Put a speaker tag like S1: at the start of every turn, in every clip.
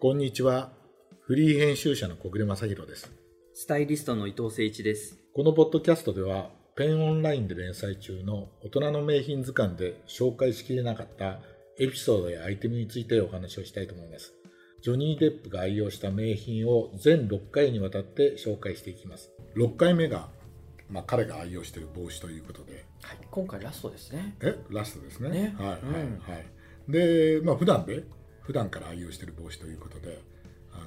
S1: こんにちは。フリー編集者の小暮正弘です。
S2: スタイリストの伊藤誠一です。
S1: このポッドキャストでは、ペンオンラインで連載中の大人の名品図鑑で紹介しきれなかったエピソードやアイテムについてお話をしたいと思います。ジョニー・デップが愛用した名品を全6回にわたって紹介していきます。6回目が、まあ、彼が愛用している帽子ということで、
S3: はい、今回ラストですね。
S1: えラストですね
S3: ね
S1: はいはい
S3: うん
S1: はい、でまあ普段で普段から愛用してる帽子ということであの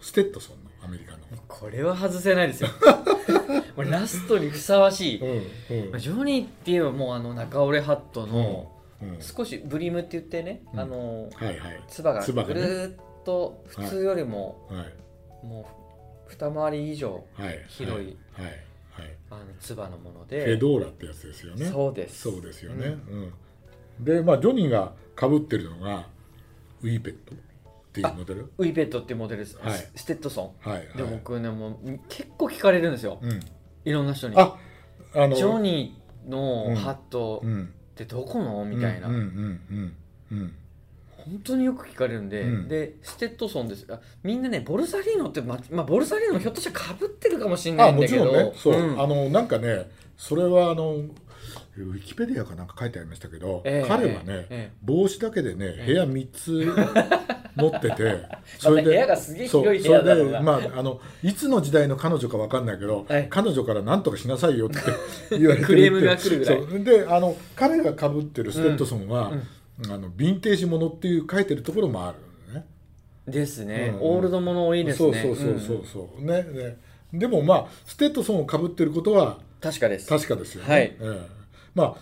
S1: ステッドソンのアメリカの、
S3: これは外せないで すよ。もうラストにふさわしい。
S1: ん
S3: まあジョニーっていうのはもうあの中折れハットの
S1: うんうん
S3: 少しブリムって言ってね、
S1: うん
S3: あの
S1: はいはい
S3: つばが
S1: つばが
S3: ぐ
S1: ね
S3: るーっと普通よりも
S1: はい
S3: もう二回り以上
S1: はい
S3: 広い
S1: はいはい、
S3: あのつばのもの
S1: フェ
S3: で、
S1: ドーラってやつですよね
S3: そうです。
S1: そうですよね、うんでまあジョニーがかぶってるのがウィーペットっていうモデル
S3: ウィペットっていうモデルです。
S1: はい
S3: スステッドソ
S1: はい
S3: ン。で
S1: はい
S3: 僕ねもう結構聞かれるんですよ。
S1: うん、
S3: いろんな人に。
S1: ああの
S3: ジョニー
S1: うん
S3: のハット
S1: うん
S3: ってどこのみたいな
S1: うん。うんうんうん
S3: 本当によく聞かれるんで、
S1: うん
S3: でステッドソンですあみんなねボルサリーノって、ままあ、ボルサリーノひょっとしたらかぶってるかもしれな
S1: あ
S3: いん
S1: も
S3: だ
S1: ち
S3: け
S1: ろ
S3: ど
S1: んねそう、
S3: うん
S1: あのなんかねそれはあのウィキペディアかなんか書いてありましたけど、
S3: ええ
S1: 彼はね、
S3: え
S1: 帽子だけでね
S3: え
S1: 部屋3つ 持ってて、
S3: 部屋がすげえ
S1: そう
S3: 広い部屋だろうが
S1: それでまああのいつの時代の彼女かわかんないけど、
S3: はい
S1: 彼女から何とかしなさいよって 言われてるって
S3: クレームが来るぐらい
S1: そうであの彼がかぶってるステッドソンは、あのヴィンテージものっていう書いてるところもあるのね。
S3: ですね、
S1: うん
S3: オールドもの多いですね
S1: そうそうそうそうそう、ねねでもまあステッドソンをかぶってることは
S3: うん確かです
S1: 確かですよね、
S3: はい
S1: ええまあ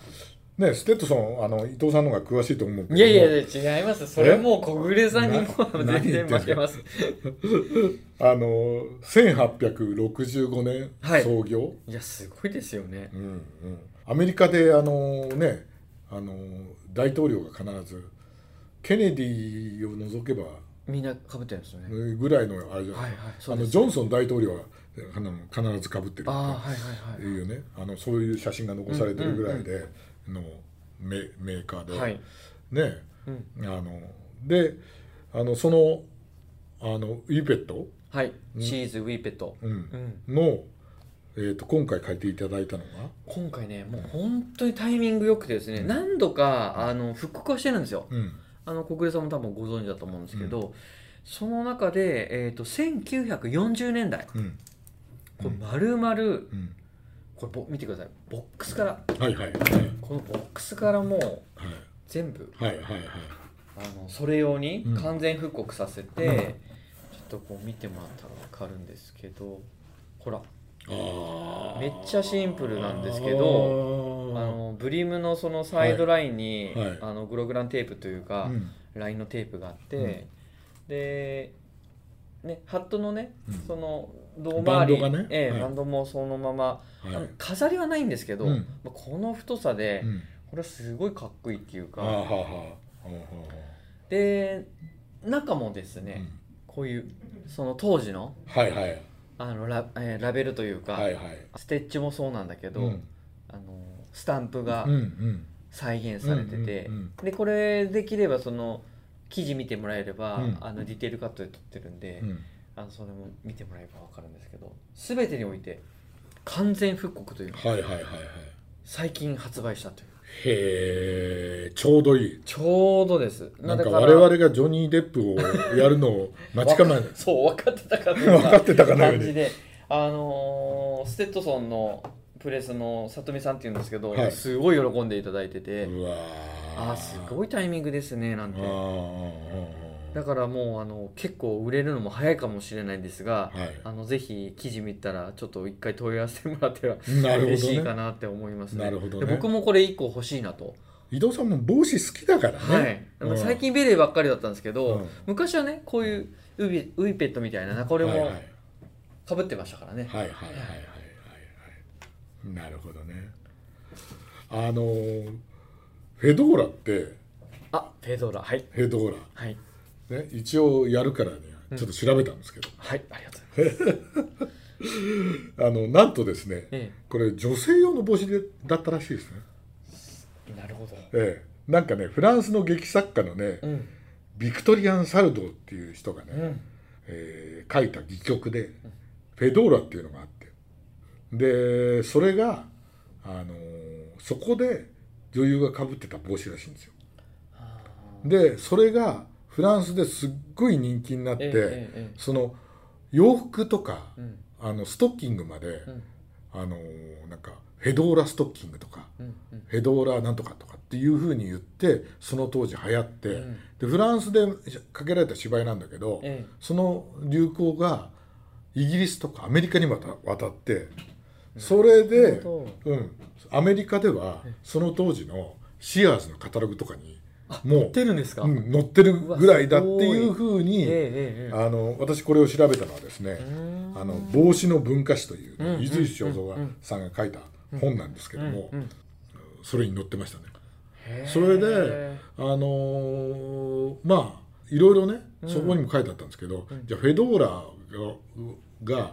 S1: ねステッドソンあの伊藤さんの方が詳しいと思うけど
S3: いやいやいや違いますそれもう小暮さんにも
S1: な
S3: う全然負けます
S1: あの1865年
S3: はい
S1: 創業、
S3: いやすごいですよね
S1: うんうん、アメリカであのねあの大統領が必ずケネディを除けば
S3: みんなかぶってるんですよね、
S1: ぐらいのあれじゃない、
S3: はいはいそ
S1: あ
S3: うで
S1: の
S3: す
S1: ジョンソン大統領はあの必ずかぶってると
S3: あ
S1: か
S3: あはいはいはい
S1: いいよねあのそういう写真が残されてるぐらいでのメ,、メーカーで、
S3: はい、
S1: ね
S3: うん
S1: あのであのそのあのウィペット、
S3: はい、シーズウィーペット、
S1: うん
S3: うん、
S1: の、えー、と今回書いていただいたのが
S3: 今回ねもう本当にタイミングよくてですね、何度かあの復刻はしてるんですよ、
S1: うん
S3: あの国連さんも多分ご存知だと思うんですけど、その中で、えー、と1940年代
S1: うん
S3: これ丸々、
S1: うん
S3: これぼ見てくださいボックスから
S1: はいはいはい
S3: このボックスからもう全部
S1: はいはいはいはい
S3: あのそれ用に
S1: うん
S3: 完全復刻させて、
S1: うん
S3: ちょっとこう見てもらったら分かるんですけどほら
S1: あー
S3: めっちゃシンプルなんですけあ
S1: ど
S3: のブリムのそのサイドラインに、
S1: はいはい
S3: あのグログランテープというか、
S1: うん
S3: ラインのテープがあって、
S1: うん
S3: で、ね、ハットのね、
S1: うん
S3: その胴回り
S1: バンドがね
S3: ええ
S1: はい
S3: バンドもそのまま、
S1: はい
S3: あの飾りはないんですけど、
S1: うん
S3: まあこの太さで、
S1: うん
S3: これはすごいかっこいいっていう
S1: あーはあ
S3: か
S1: はあはあは
S3: で中もです
S1: あはあう
S3: ね、
S1: ん
S3: こういうその当時の
S1: はいはい
S3: あのラ,、えーラベルというか、
S1: はいはい
S3: ステッチもそうなんだけど、
S1: うん
S3: あのスタンプが
S1: うんうん
S3: 再現されてて、
S1: うんうんうん
S3: でこれできればその記事見てもらえれば、
S1: うん
S3: あのディテールカットで撮ってるんで。
S1: うん
S3: あのそれも見てもらえば分かるんですけど全てにおいて完全復刻という
S1: はいはいはいはい
S3: 最近発売したという
S1: へえちょうどいい
S3: ちょうどです
S1: なんか
S3: だら
S1: 我々がジョニー・デップをやるのを待ち構えない
S3: そう分かってたかと
S1: 分かってたかのよう
S3: 感じ
S1: に
S3: であのーステッドソンのプレスの里見さんっていうんですけど、
S1: はい
S3: すごい喜んでいただいてて、
S1: うわ
S3: ああす
S1: い
S3: ごいタイミングですねなん
S1: あ
S3: て
S1: ーあーあー
S3: だからもうあの結構売れるのも早いかもしれないんですが、
S1: はい
S3: あのぜひ記事見たらちょっと一回問い合わせてもらっては
S1: なる
S3: 嬉しい
S1: ほど
S3: か
S1: ね
S3: なって思いますね
S1: なるほどね
S3: で僕もこれ一個欲しいなと、
S1: 伊藤さんも帽子好きだから
S3: はい
S1: ね
S3: まあ
S1: うん
S3: 最近ベレーばっかりだったんですけど、
S1: うん
S3: 昔はねこういうウビウイペットみたいな中折れ
S1: はい
S3: も
S1: はいはい
S3: かぶってましたからね、
S1: はいはいはいはいなるほどねあのーフェドーラって
S3: あフェドラはい
S1: フェドー
S3: はい
S1: ラね一応やるからねちょっと調べたんですけど
S3: はいありがとうございます
S1: あのなんとですね、
S3: え
S1: これ女性用の帽子でだったらしいですね、
S3: えなるほど
S1: ええ、なんかねフランスの劇作家のね、
S3: うん
S1: ビクトリアン・サルドーっていう人がね、
S3: うん
S1: えー書いた戯曲でフェドーラっていうのがあってでそれが、あのーそこで女優がかぶってた帽子らしいんですよでそれがフランスですっごい人気になって、
S3: ええええ
S1: その洋服とか、
S3: うん
S1: あのストッキングまで、
S3: うん
S1: あのーなんかフェドーラストッキングとか、
S3: うんうん
S1: フェドーラなんとかとかっていうふうに言ってその当時流行って、
S3: ん
S1: でフランスでかけられた芝居なんだけど、
S3: ええ
S1: その流行がイギリスとかアメリカにまた渡ってそれ
S3: なる
S1: で、
S3: ほ
S1: うん、アメリカではその当時のシアーズのカタログとかにもう
S3: 出るんですか、
S1: う
S3: え
S1: ん載ってるぐらいだっていうふう
S3: え
S1: に
S3: えええ
S1: あの私これを調べたのはですね
S3: えうん
S1: あの帽子の文化史というね
S3: うん
S1: 伊豆石正蔵さんが書いた本なんですけども
S3: うんうん
S1: それに載ってましたね。
S3: へえ
S1: それであのーまあいろいろねそこにも書いてあったんですけど、じゃあフェドーラがが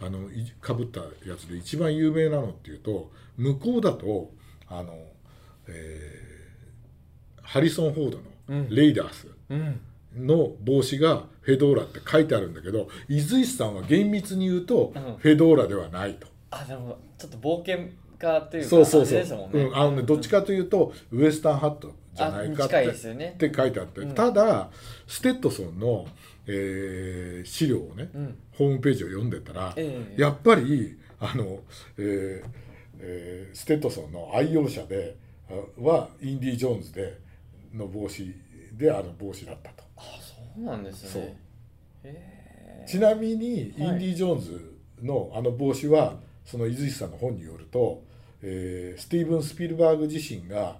S1: あのかぶったやつで一番有名なのっていうと向こうだとあの、えーハリソン・フォードの「レイダース」
S3: うん
S1: の帽子がフェドーラって書いてあるんだけど伊豆石さんは厳密に言うと
S4: うん
S1: フェドーラではないと。
S4: あなるほどちょっと冒険家というか
S1: そうそう
S4: あ
S1: そ
S4: れ
S1: う、
S4: ですもんね、
S1: うん、あのねどっちかというと、ウエスタンハットじゃないか
S4: あ
S1: っ
S4: 近
S1: て
S4: いですよね
S1: って書いてあって、
S4: うん
S1: ただステッドソンの、えー資料をね、
S4: うん
S1: ホームページを読んでたら、
S4: ええ
S1: やっぱりあの、えーえーステッドソンの愛用者であはインディ・ジョーンズでの帽子であの帽子だったと。
S4: あそうなんです
S1: そう
S4: ねへ
S1: ちなみに、
S4: はい
S1: インディ・ジョーンズのあの帽子はその伊豆石さんの本によると、えースティーブン・スピルバーグ自身が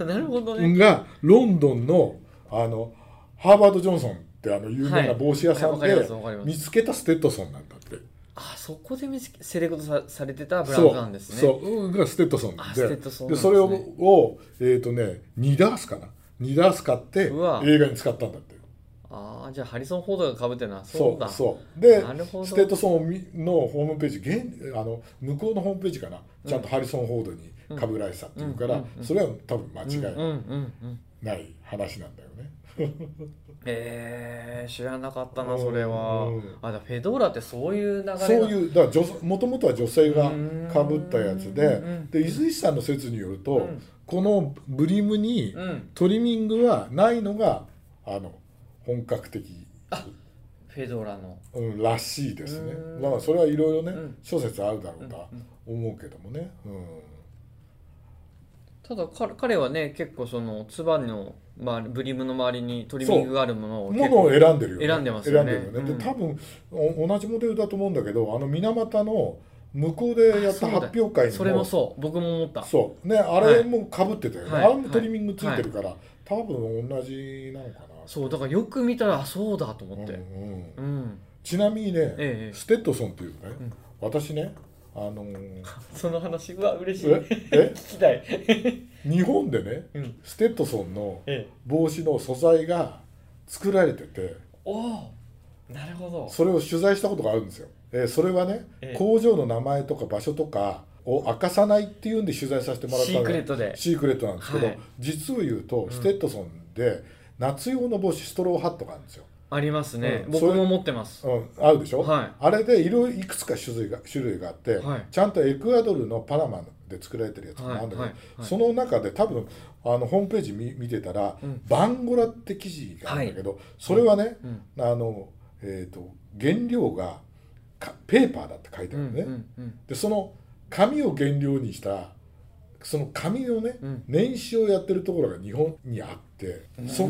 S4: え なるほどね、
S1: がロンドンのあのハーバード・ジョンソンってあの有名な帽子屋さん
S4: はいわか
S1: で
S4: りますわかります
S1: 見つけたステッドソンなんだって。
S4: あそこで見つけセレクトさされてたブラン
S1: そ
S4: ド
S1: う
S4: なんですね
S1: そううんがステッドソンで
S4: あステッドソンなん
S1: で
S4: です
S1: そ
S4: ね
S1: れををえっ、とね2ダースかな2ダース買って
S4: うわ
S1: 映画に使ったんだって
S4: ああじゃあハリソン・フォードがかぶってるのは
S1: そ
S4: そう
S1: う
S4: だ
S1: そうで
S4: なるほど
S1: ステッドソンを見のホームページ現あの向こうのホームページかなちゃんとハリソン・フォードにかぶられてたっていうから、
S4: うんうんうんうん
S1: それは多分間違
S4: うんうん
S1: い
S4: うん
S1: ない話なんだよね、
S4: えー、知らなかったなそれは
S1: うん
S4: あだからフェドーラってそういう流れ
S1: そう
S4: う
S1: いうだから女もともとは女性がかぶったやつで
S4: うん
S1: で伊豆石さんの説によると、
S4: うん
S1: このブリムに
S4: うん
S1: トリミングはないのがあの本格的、
S4: フェドーラの
S1: うん、らしいですね
S4: うん
S1: まあそれはいろいろね、
S4: うん
S1: 諸説あるだろうとは思うけどもね、うん
S3: ただ彼彼はね結構そのツバの、まあ、ブリムの周りにトリミングがあるものを
S1: ものを選んでるよね
S3: 選んでますよね
S1: 選んでるよね
S3: うん
S1: で多分お同じモデルだと思うんだけどあの水俣の向こうでやった
S3: あそうだ
S1: 発表会に
S3: それもそう僕も思った
S1: そうねあれもかぶってたよね、
S3: はい
S1: あれもトリミングついてるから、多分同じなのかな
S3: そうだからよく見たらあそうだと思って
S1: うんうん
S3: うん、
S1: ちなみにね、
S3: ええ
S1: ステッドソンっていうね、私ねあのー
S4: その話うわ嬉しい
S1: ええ
S4: 聞きたい
S1: 日本でね、
S4: うん
S1: ステッドソンの
S4: ええ
S1: 帽子の素材が作られてて
S4: おおなるほど
S1: それを取材したことがあるんですよ、えーそれはね、
S4: ええ
S1: 工場の名前とか場所とかを明かさないっていうんで取材させてもらった
S3: シ
S1: の
S3: ー
S1: が
S3: クレットで
S1: シークレットなんですけど、
S3: はい
S1: 実を言うとステッドソンで夏用の帽子ストローハットがあるんですよ、
S3: ありますね、
S1: うん
S3: 僕
S1: それ
S3: も持ってます
S1: うん、あるでしょ、
S3: はい
S1: あれでいろいろいくつか種類が種類があって、
S3: はい
S1: ちゃんとエクアドルのパナマで作られてるやつもあるんだけど、
S3: はいはいはい
S1: その中で多分あのホームページ見見てたら、
S3: うん
S1: バンゴラって記事があるんだけど、それはね、
S3: うん
S1: あのえー、と原料がかペーパーだって書いて
S3: う
S1: あ
S3: ん
S1: るのね、
S3: うんうん
S1: でその紙を原料にしたその紙のね、
S3: うん
S1: 年始をやってるところが日本にあってそ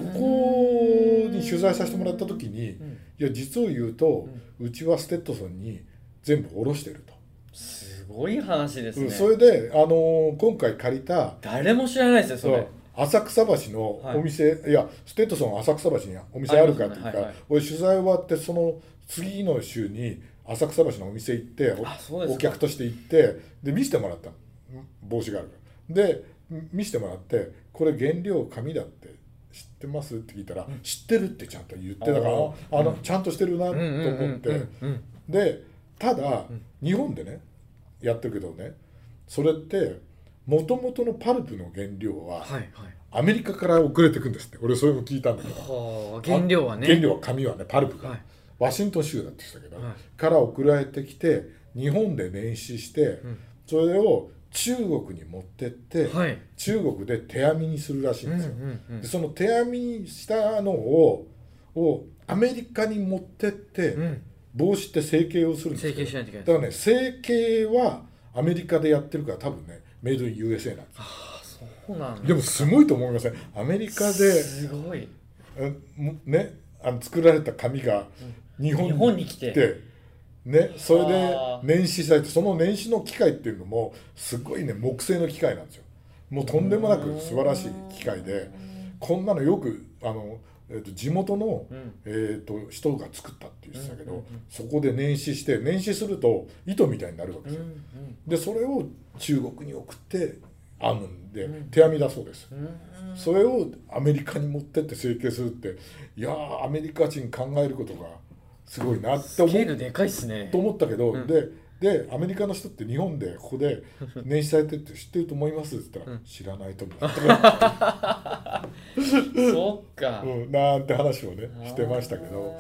S1: こに取材させてもらった時に、
S4: ん
S1: いや実を言うと、うちはステッドソンに全部下ろしてると、
S4: すごい話です
S1: う
S4: ね
S1: んそれで、あのー今回借りた
S4: 誰も知らないですよそ
S1: そう
S4: れ
S1: 浅草橋のお店、い、やステッドソン浅草橋にお店あるかっていうか、
S4: ありますねはいはい
S1: 俺取材終わってその次の週に浅草橋のお店行ってお
S4: あそうですか
S1: お客として行ってで見せてもらったの帽子があるからで見せてもらって「これ原料紙だって知ってます?」って聞いたら「知ってる」ってちゃんと言ってたから
S4: あ
S1: あの、ちゃんとしてるなと思って、でただ、日本でねやってるけどねそれってもともとのパルプの原料は、
S3: はいはい
S1: アメリカから送れてくんですって俺それも聞いたんだけど
S3: はあ原料はね
S1: 原料は紙はねパルプが、
S3: はい
S1: ワシントン州だって言ってたけど、
S3: はい
S1: から送られてきて日本で練習して、
S3: うん
S1: それを中国に持ってって、
S3: はい
S1: 中国で手編みにするらしいんですよ、
S3: うん
S1: でその手編みにしたのををアメリカに持ってって、
S3: うん
S1: 帽子って成形をするんです
S3: 成
S1: よ
S3: 形しないといけない
S1: だからね成形はアメリカでやってるから多分ねメイドイン USA なんですよ
S4: そうなんだ
S1: でもすごいと思いませんアメリカです
S4: ごい
S1: うんもねあの作られた紙が日本
S4: 日本に来て
S1: ね、それで
S4: あー
S1: 年始されてその年始の機械っていうのもすごいね木製の機械なんですよもうとんでもなく素晴らしい機械でこんなのよくあの、えっと地元の、
S4: うん
S1: えっと人が作ったって言ってたけど、
S4: うんうんうん
S1: そこで年始して年始すると糸みたいになるわけ
S4: う
S1: ですよ、
S4: ん
S1: でそれを中国に送って編むんで、
S4: うん
S1: 手編みだそうです
S4: うんうん
S1: それをアメリカに持ってって成形するっていやーアメリカ人考えることがすごいなって
S4: ス
S1: 思
S4: ケー
S1: う
S4: ルでかいっすね
S1: と思ったけど、
S3: ん
S1: ででアメリカの人って日本でここで年始されてって知ってると思いますって言ったら、知らないと思う とか、
S4: そっか
S1: うん、なんて話をねしてましたけど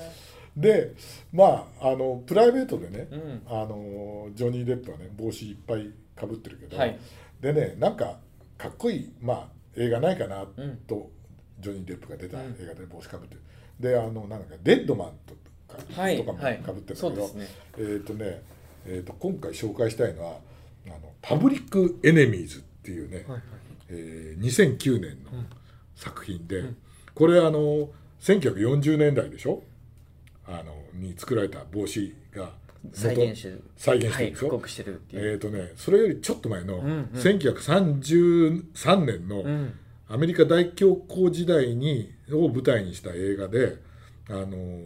S1: でまああのプライベートでね、
S4: うん
S1: あのジョニー・デップはね帽子いっぱいかぶってるけど、
S4: はい
S1: でねなんかかっこいい、まあ、映画ないかな
S4: うん
S1: と、ジョニー・デップが出た
S4: うん
S1: 映画で帽子かぶってる、であのなんかデッドマンとか,、
S4: はい
S1: とかも
S4: はい
S1: かぶってるん
S4: そ
S1: だけど、
S4: うですね
S1: えっ、とね、えー、と今回紹介したいのはあの「パブリック・エネミーズ」っていうね、えー2009年の作品で、これあの1940年代でしょあのに作られた帽子が
S3: 再現してる
S1: 再現して
S3: は
S1: る
S3: い
S1: でしょ、
S3: 復刻してるっていう
S1: えーとね、それよりちょっと前の
S3: んうん
S1: 1933年
S3: う
S1: の
S3: ん
S1: アメリカ大恐慌時代にを舞台にした映画で、あのー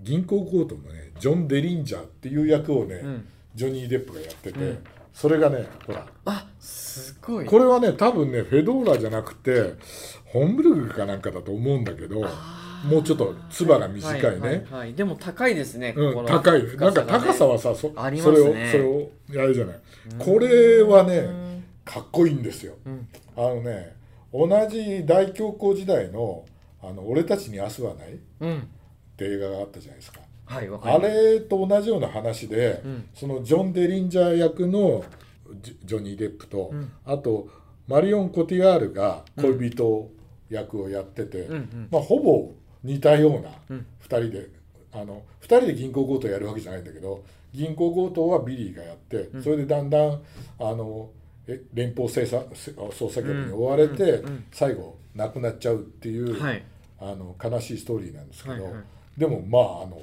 S1: 銀行強盗のねジョン・デリンジャーっていう役をね、
S3: ん
S1: ジョニー・デップがやってて、それがねほら
S4: あすごい
S1: これはね多分ねフェドーラじゃなくてホンブルグかなんかだと思うんだけどもうちょっとつばが短いね、
S3: はははいでも高いですね
S1: うん、高いなんか高さ
S3: は
S1: はさそ
S3: あり
S1: そ
S3: ま
S1: れ
S3: す
S1: を
S3: ね
S1: それをやるじゃないこれはねかっこいいんですよ、
S3: ん
S1: あのね同じ大恐慌時代の「あの俺たちに明日はない」っ
S3: うん
S1: て映画があったじゃないですか、
S3: はいわかり
S1: あ
S3: ます
S1: れと同じような話で、
S3: ん
S1: そのジョン・デリンジャー役のジジョニー・デップと、
S3: ん
S1: あとマリオン・コティアールが恋人役をやってて、
S3: うんうん
S1: まあ、ほぼ似たような
S3: うん
S1: 2人で、あの2人で銀行強盗やるわけじゃないんだけど銀行強盗はビリーがやって、それでだんだんあのえ連邦捜査捜査局に追われて、
S3: うんうん
S1: 最後亡くなっちゃうっていう、
S3: はい
S1: あの悲しいストーリーなんですけど、
S3: はいはい
S1: でもまああの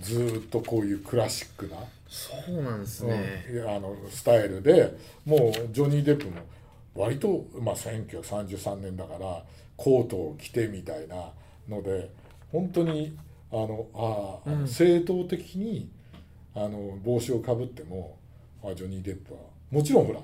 S1: ずーっとこういうクラシックな、
S3: そうなんですね
S1: うんいやあのスタイルでもうジョニー・デップも割と、まあ、1933年だからコートを着てみたいなので本当にあのああ、あの正当的にあの帽子をかぶってもあジョニー・デップはもちろんほら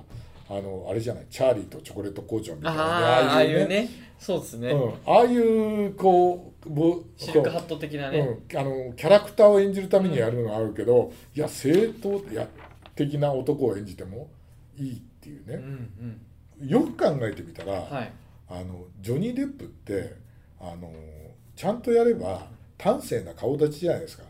S1: あのあれじゃないチャーリーとチョコレート工場みたいなね
S4: あーああいうねそうですね
S1: うん、ああいうこうぼ
S4: シルクハット的なね
S1: うん、あのキャラクターを演じるためにやるのはあるけど、いや正当いや的な男を演じてもいいっていう
S4: うんうん
S1: ね、よく考えてみたら、
S4: はい
S1: あのジョニー・デップってあのちゃんとやれば端正な顔立ちじゃないですか。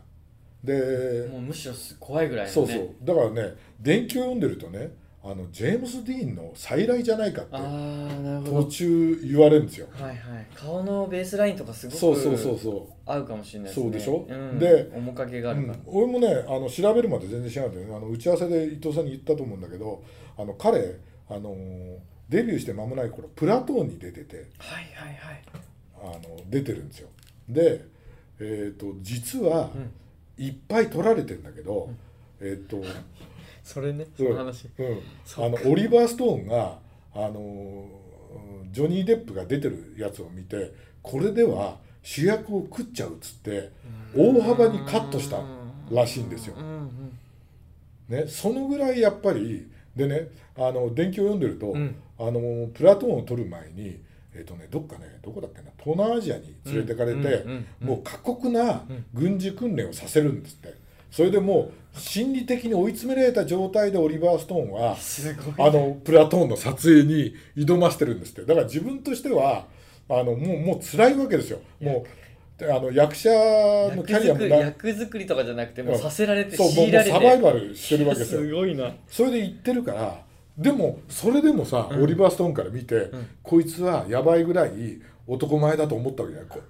S1: で、
S4: もうむしろす怖いぐらいのね
S1: そうそうだからね電球読んでるとねあのジェームス・ディーンの再来じゃないかって
S4: ああなるほ
S1: 途中言われるんですよ。
S4: どはいはい顔のベースラインとかすごく
S1: そうそうそうそう
S4: 合うかもしれないですね
S1: そうでしょ
S4: うん、
S1: で
S4: 面影があるから、
S1: うん俺もねあの調べるまで全然知らなくて、ね、あの打ち合わせで伊藤さんに言ったと思うんだけどあの彼、あのーデビューして間もない頃プラトーンに出てて
S4: はいはいはい
S1: あの出てるんですよで、えー、と実は
S4: ん
S1: いっぱい取られてんだけど、えっ、と、うん、
S4: それね
S1: その
S4: 話
S1: あのオリバー・ストーンが、あのーうんジョニー・デップが出てるやつを見てこれでは主役を食っちゃうっつって大幅にカットしたらしいんですよ。
S4: うん
S1: ね、そのぐらいやっぱりでねあの電気を読んでると、
S4: ん
S1: あのプラトーンを取る前に、えっとね、どっかねどこだっけな東南アジアに連れてかれて、
S4: うんうんうんうん
S1: もう過酷な軍事訓練をさせるんですって、それでもう心理的に追い詰められた状態でオリバー・ストーンは
S3: すごい
S1: あのプラトーンの撮影に挑ましてるんですってだから自分としてはあのもうもう辛いわけですよもうあの役者のキャリアもな
S3: 役作りとかじゃなくてもうさせられて
S1: そうもう
S3: 強い
S1: もう
S3: られて
S1: サバイバルしてるわけですよ
S3: すごいな
S1: それで言ってるからでもそれでもさ、
S3: うん
S1: オリバー・ストーンから見て、
S3: ん
S1: こいつはやばいぐらい男前だと思ったわけじゃないこう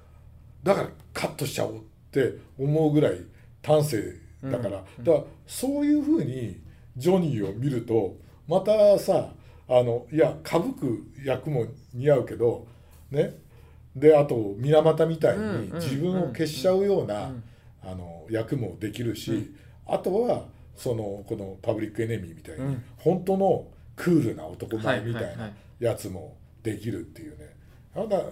S1: だからカットしちゃおうって思うぐらい端正だから、だからそういうふうにジョニーを見るとまたさあのいや歌舞伎役も似合うけどねであと水俣みたいに自分を消しちゃうようなあの役もできるし、あとはそのこのパブリックエネミーみたいに、
S3: うん
S1: 本当のクールな男前みた
S3: はいいはい
S1: な
S3: はい
S1: やつもできるっていうね、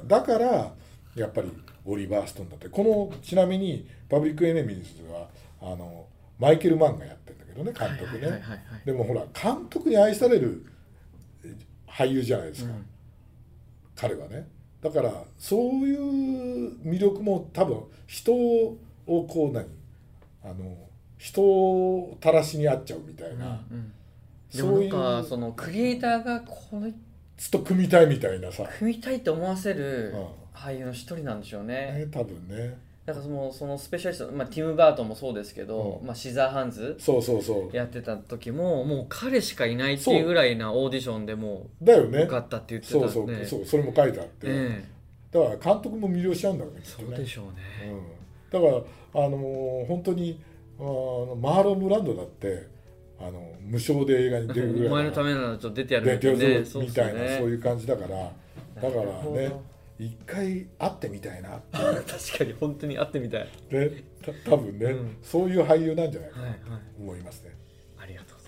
S1: だだからやっぱりオリバー・ストーンだってこのちなみにパブリックエネミーズはあのマイケル・マンがやってるんだけどね監督ね、
S3: はいはいはいはい
S1: でもほら監督に愛されるえ俳優じゃないですか、彼はねだからそういう魅力も多分人をこう何あの人をたらしにあっちゃうみたいな、
S3: うんで
S1: そ
S3: も
S1: う
S3: ないん
S1: う
S3: かそのクリエイターがこれ
S1: ずっと組みたいみたいなさ、
S3: 組みたいって思わせる
S1: う
S3: 俳優の一人なんでしょうね、
S1: ね、多分ね
S3: なんかそのそのスペシャリスト、まあ、ティム・バートンもそうですけど、
S1: うん
S3: まあ、シザーハンズ
S1: そうそうそう
S3: やってた時ももう彼しかいないっていうぐらいなオーディションでも
S1: だよ
S3: う
S1: ね
S3: 受かったって言ってたん
S1: そ
S3: で
S1: うそう
S3: そ,、
S1: そううそれも書いてあって、
S3: え
S1: だから監督も魅了しちゃうんだろうねき
S3: え、
S1: っと
S3: そう
S1: ね
S3: でしょうね、
S1: うん、だから、あのー本当にあのマーロン・ブランドだって、あの無償で映画に出るぐらい
S3: お前のためならちょっと出てや
S1: で
S3: る
S1: 出る
S3: そう
S1: み
S3: った
S1: い
S3: す
S1: な、そういう感じだからだから
S3: なるほ
S1: ね
S3: ど
S1: 一回会ってみたいなっ
S3: 確かに本当に会ってみたい、はい
S1: てねた多分ね、
S3: うん
S1: そういう俳優なんじゃないか
S3: は、
S1: ないと思いますね。
S3: ありがとうございます